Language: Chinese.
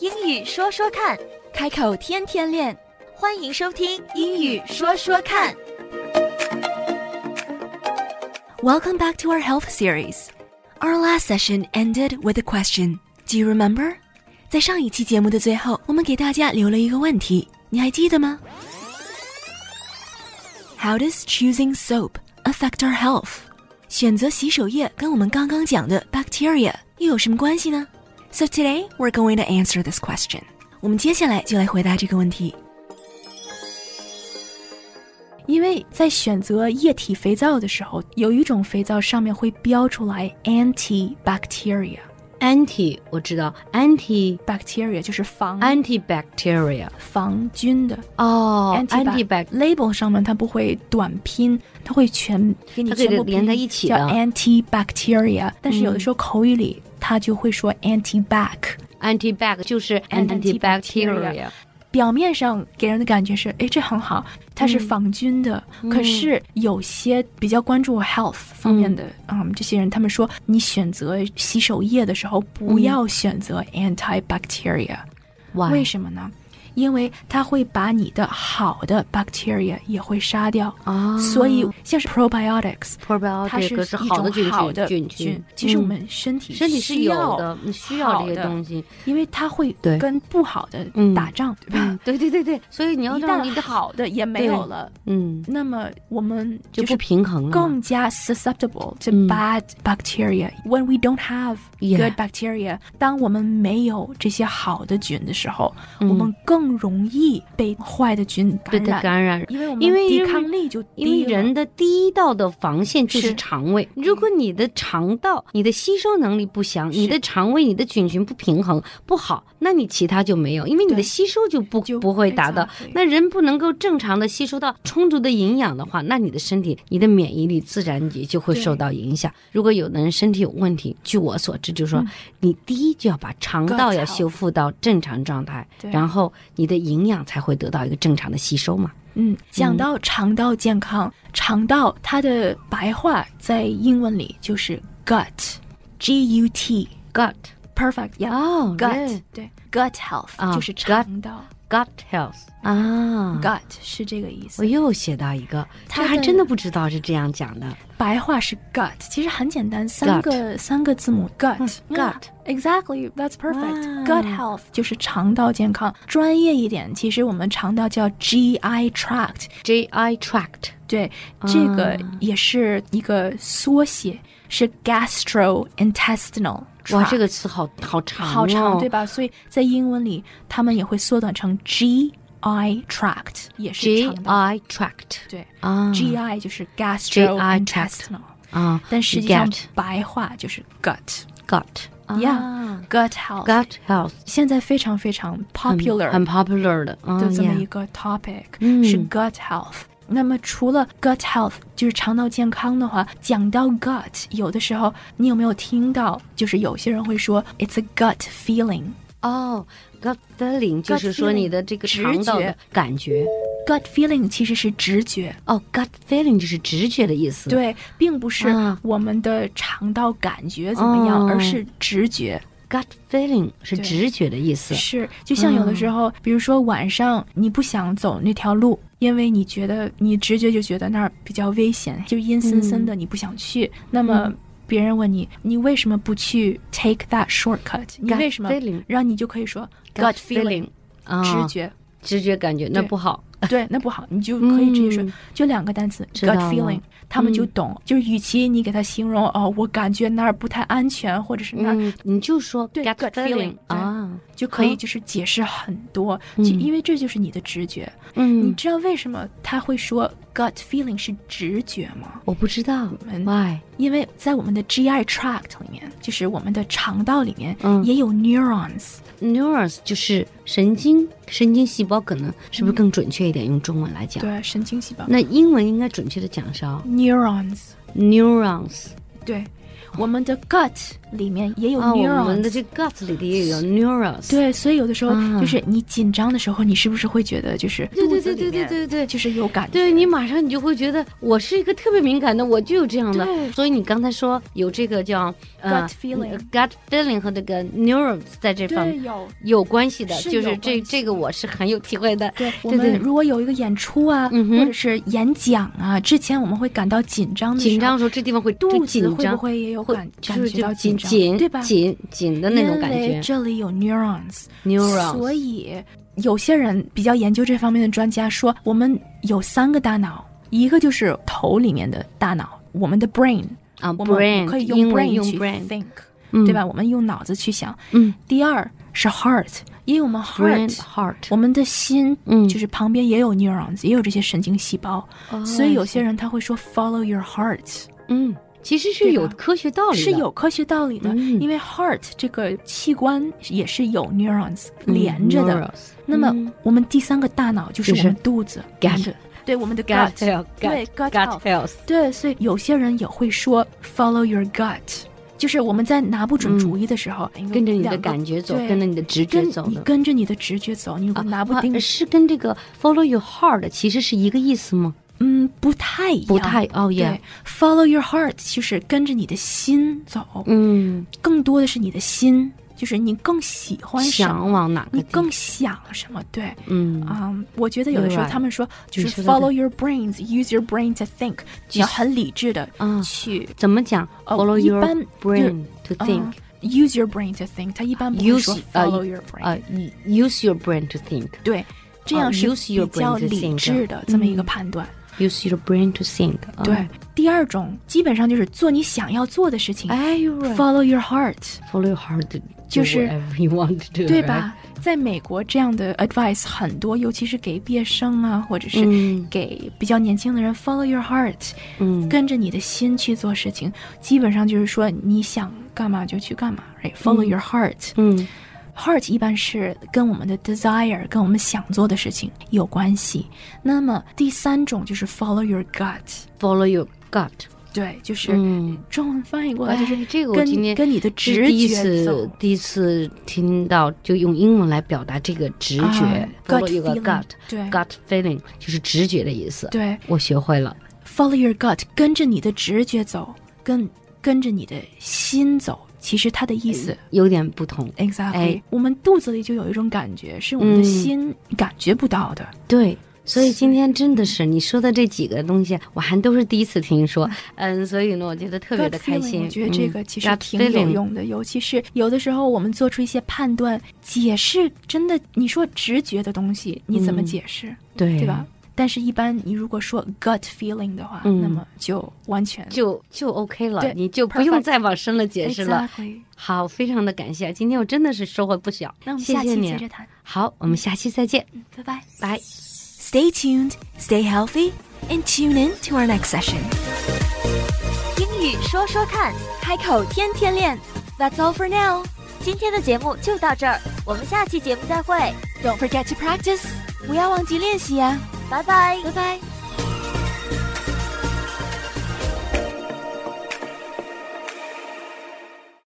英语说说看，开口天天练。欢迎收听英语说说看。 Welcome back to our health series. Our last session ended with a question. Do you remember? 在上一期节目的最后，我们给大家留了一个问题，你还记得吗？How does choosing soap affect our health？选择洗手液跟我们刚刚讲的 bacteria 又有什么关系呢？So today we're going to answer this question. 我们接下来就来回答这个问题。因为在选择液体肥皂的时候，有一种肥皂上面会标出来 antibacteria。 Anti 我知道，anti bacteria 就是防 antibacteria 防菌的哦 antibac 嗯 label 上面它不会短拼，它会全给你它给全部连拼在一起叫的嗯 antibacteria。但是有的时候口语里它就会说 antibac， antibac 就是 antibacteria antibacteria，表面上给人的感觉是，哎，这很好，它嗯是防菌的。可是有些比较关注 health 方面的，嗯这些人他们说，你选择洗手液的时候，不要选择 antibacteria，、哇为什么呢？因为它会把你的好的 bacteria 也会杀掉，啊哦所以像是 probiotics， probiotics 它是是一好的种菌好群的菌菌群。其实我嗯们身体身体是需有要的，你需要这些东西，西。因为它会对跟不好的嗯打仗，对吧？嗯，对对对对，所以你要一让旦你的好，好的也没有了，嗯，那么我们就是不平衡了嘛。更加 susceptible to 嗯 bad bacteria when we don't have Yeah good bacteria。当我们没有这些好的菌的时候，嗯我们更容易被坏的菌对感染，对感染，因为我因们为抵人抗力就因为低了。人的第一道的防线就是是肠胃。嗯如果你的肠道、你的吸收能力不强，你的肠胃、你的菌群不平衡不好，那你其他就没有，因为你对的吸收就不就不会达到 exactly。那人不能够正常的吸收到充足的营养的话，那你的身体、你的免疫力自然也就会对受到影响。如果有的人身体有问题，据我所知，就是说、你第一就要把肠道嗯 Gut 要 health 修复到正常状态，对然后你的营养才会得到一个正常的吸收嘛。嗯，讲到肠道健康，肠道它的白话在英文里就是 gut，G U T。 Gut Perfect, yeah. 哦 gut， really？对，gut health、啊就是 gut 肠道 gut health 啊， ，gut 是这个意思我。又学到一个，这它还的真的不知道是这样讲的。白话是 gut，其实很简单，三个三个字母 gut、嗯 Yeah, gut exactly that's perfect 哇 gut health 就是肠道健康。专业一点，其实我们肠道叫 GI tract， GI tract 对，这个嗯也是一个缩写，是 gastrointestinal。哇，这个词好好长、哦，好长对吧？所以在英文里，他们也会缩短成 GI tract，也是肠道。 ？GI tract 对啊，GI 就是 tract gastrointestinal，啊，但实际上 gut 白话就是 gut。 gut 啊 Yeah, gut health. gut health 现在非常非常很 popular 很 popular 的，啊的这么 yeah 一个 topic、嗯是 gut health。那么除了 gut health 就是肠道健康的话，讲到 gut，有的时候你有没有听到，就是有些人会说 it's a gut feeling，gut 哦、g u t feeling 就 Gut 是说你的这个 feeling，肠道直的觉感觉。 feeling 其实是直觉，哦、g u t feeling 就是直觉的意思。，对，并不是啊我们的肠道感觉怎么样，哦而是直觉。 ，gut feeling 是对直觉的意思。是，就像有的嗯时候，比如说晚上你不想走那条路，因为你觉得你直觉就觉得那儿比较危险，就阴森森嗯的，你不想去。那么别人问你，你为什么不去 take that shortcut？你 Gut 为什么 feeling？然后你就可以说 gut gut feeling feeling，啊，直觉。直觉感觉那对不好。对，那不好，你就可以直接说，嗯就两个单词知道 gut 了嗯 feeling，他们就懂。就是与其你给他形容哦，我感觉那儿不太安全，或者是那儿嗯，你就说对 gut ，gut feeling feeling，对啊，就可以好就是解释很多，就因为这就是你的直觉。你嗯，知道为什么他会说 gut feeling 是直觉吗？我不知道们，why？因为在我们的 GI tract 里面，就是我们的肠道里面，嗯也有 neurons。 neurons 就是神经神经细胞，可能是不是更准确一点？用中文来讲，对，神经细胞那英文应该准确的讲是啊 neurons。 neurons。对，我们的 gut 里面也有啊，我 neurons，、们的这 gut 里的也有 neurons，对，所以有的时候啊就是你紧张的时候，你是不是会觉得就是对对肚子对里对对面对对。就是有感觉，对你马上你就会觉得我是一个特别敏感的，我就有这样的。对所以你刚才说有这个叫呃 Gut feeling gut feeling 和这个 neurons 在这方对面有。有关系的，是就有是这关系这个我是很有体会的。对，我对们对如果有一个演出啊，嗯哼或者是演讲啊，之前我们会感到紧张的时候，紧张的时候，这地方会嗯肚就子紧会不张，会也有会感就感是觉就到紧张，紧对吧？紧紧的那种感因为觉这里有 neurons， ，neurons 所以有些人比较研究这方面的专家说，我们有三个大脑，一个就是头里面的大脑，我们的 brain，啊我们可，brain，以英用文 brain 用去 brain， think，嗯对吧？？我们用脑子去想。嗯第二是 heart，因为我们，brain heart， heart，我们的心，嗯哦就是旁边也有 neurons，也有这些神经细胞，所以有些人人他会说 follow your heart。嗯，其实是对有吧科学道理的，是有科学道理的，嗯因为 heart 这个器官也是有 neurons 嗯连着的。 ，neurons 那么嗯我们第三个大脑就是就我是们肚子 gut 我们的对我们的 gut gut， health，对 gut gut gut health health，对，所以有些人也会说 follow your gut，就是我们在拿不准主意的时候，因为嗯跟着你的两个感觉走，对跟着你的直觉跟走你的。跟着你的直觉走，你如果拿不啊定，是跟这个 follow your heart 其实是一个意思吗？嗯，不太一样，不太哦对耶， follow your heart 就是跟着你的心走，嗯，更多的是你的心，就是你更喜欢什么。想往哪个你地更想什么？对，嗯啊、我觉得有的时候 You're right 他们说就你是说得 follow your brains, use your brain to think，你要很理智的啊去怎么讲哦？follow 一 your 般 brain to 啊 think， use your brain to think，他一般不会说 Use- 呃 follow your brain，、啊，use your brain to think，use 对，这样是 use 比 your 较 brain to 理 think 智的这么一个判断。 your brain to think，啊对，，第二种基本上就是做你想要做的事情、哎呦 follow your heart， ，follow your heart，to do 就是 whatever you want to do，对 right？吧？在美国这样的 advice 很多，尤其是给毕业生啊，或者是嗯给比较年轻的人 follow your heart，嗯，跟着你的心去做事情，基本上就是说你想干嘛就去干嘛，right？Follow your heart。嗯 heart 一般是跟我们的 desire，跟我们想做的事情有关系。那么第三种就是 follow your gut， ，follow your gut，对，就是嗯。中文翻译过来就是哎这个我跟、今天跟你的这直第一觉次走。第一次听到就用英文来表达这个直觉啊， follow ，gut your feeling， gut 对 gut feeling 就是直觉的意思。对我学会了。 ，follow your gut，跟着你的直觉走，跟跟着你的心走，其实它的意思有点不同， Exactly，、哎我们肚子里就有一种感觉，是我们的嗯心感觉不到的。对。所以今天真的是你说的这几个东西，我还都是第一次听说，嗯，所以呢，我觉得特别 Gut 的开 feeling，心。我觉得这个其实嗯挺 gut 有 feeling 用的，尤其是有的时候我们做出一些判断、解释，真的你说直觉的东西，你怎么嗯解释，对对吧？？但是，一般你如果说 gut feeling 的话，嗯那么就完全就就 OK 了，对你就不用 perfect 再往深了解释了。 Exactly 好，非常的感谢，今天我真的是收获不小，那我们谢下谢期你接。着谈，嗯好，我们下期再见，拜拜。拜。 Stay tuned, stay healthy, and tune in to our next session. 英语说说看，开口天天练。That's all for now。今天的节目就到这儿，我们下期节目再会，啊 Don't forget to practice. 不要忘记练习呀、拜拜，拜拜。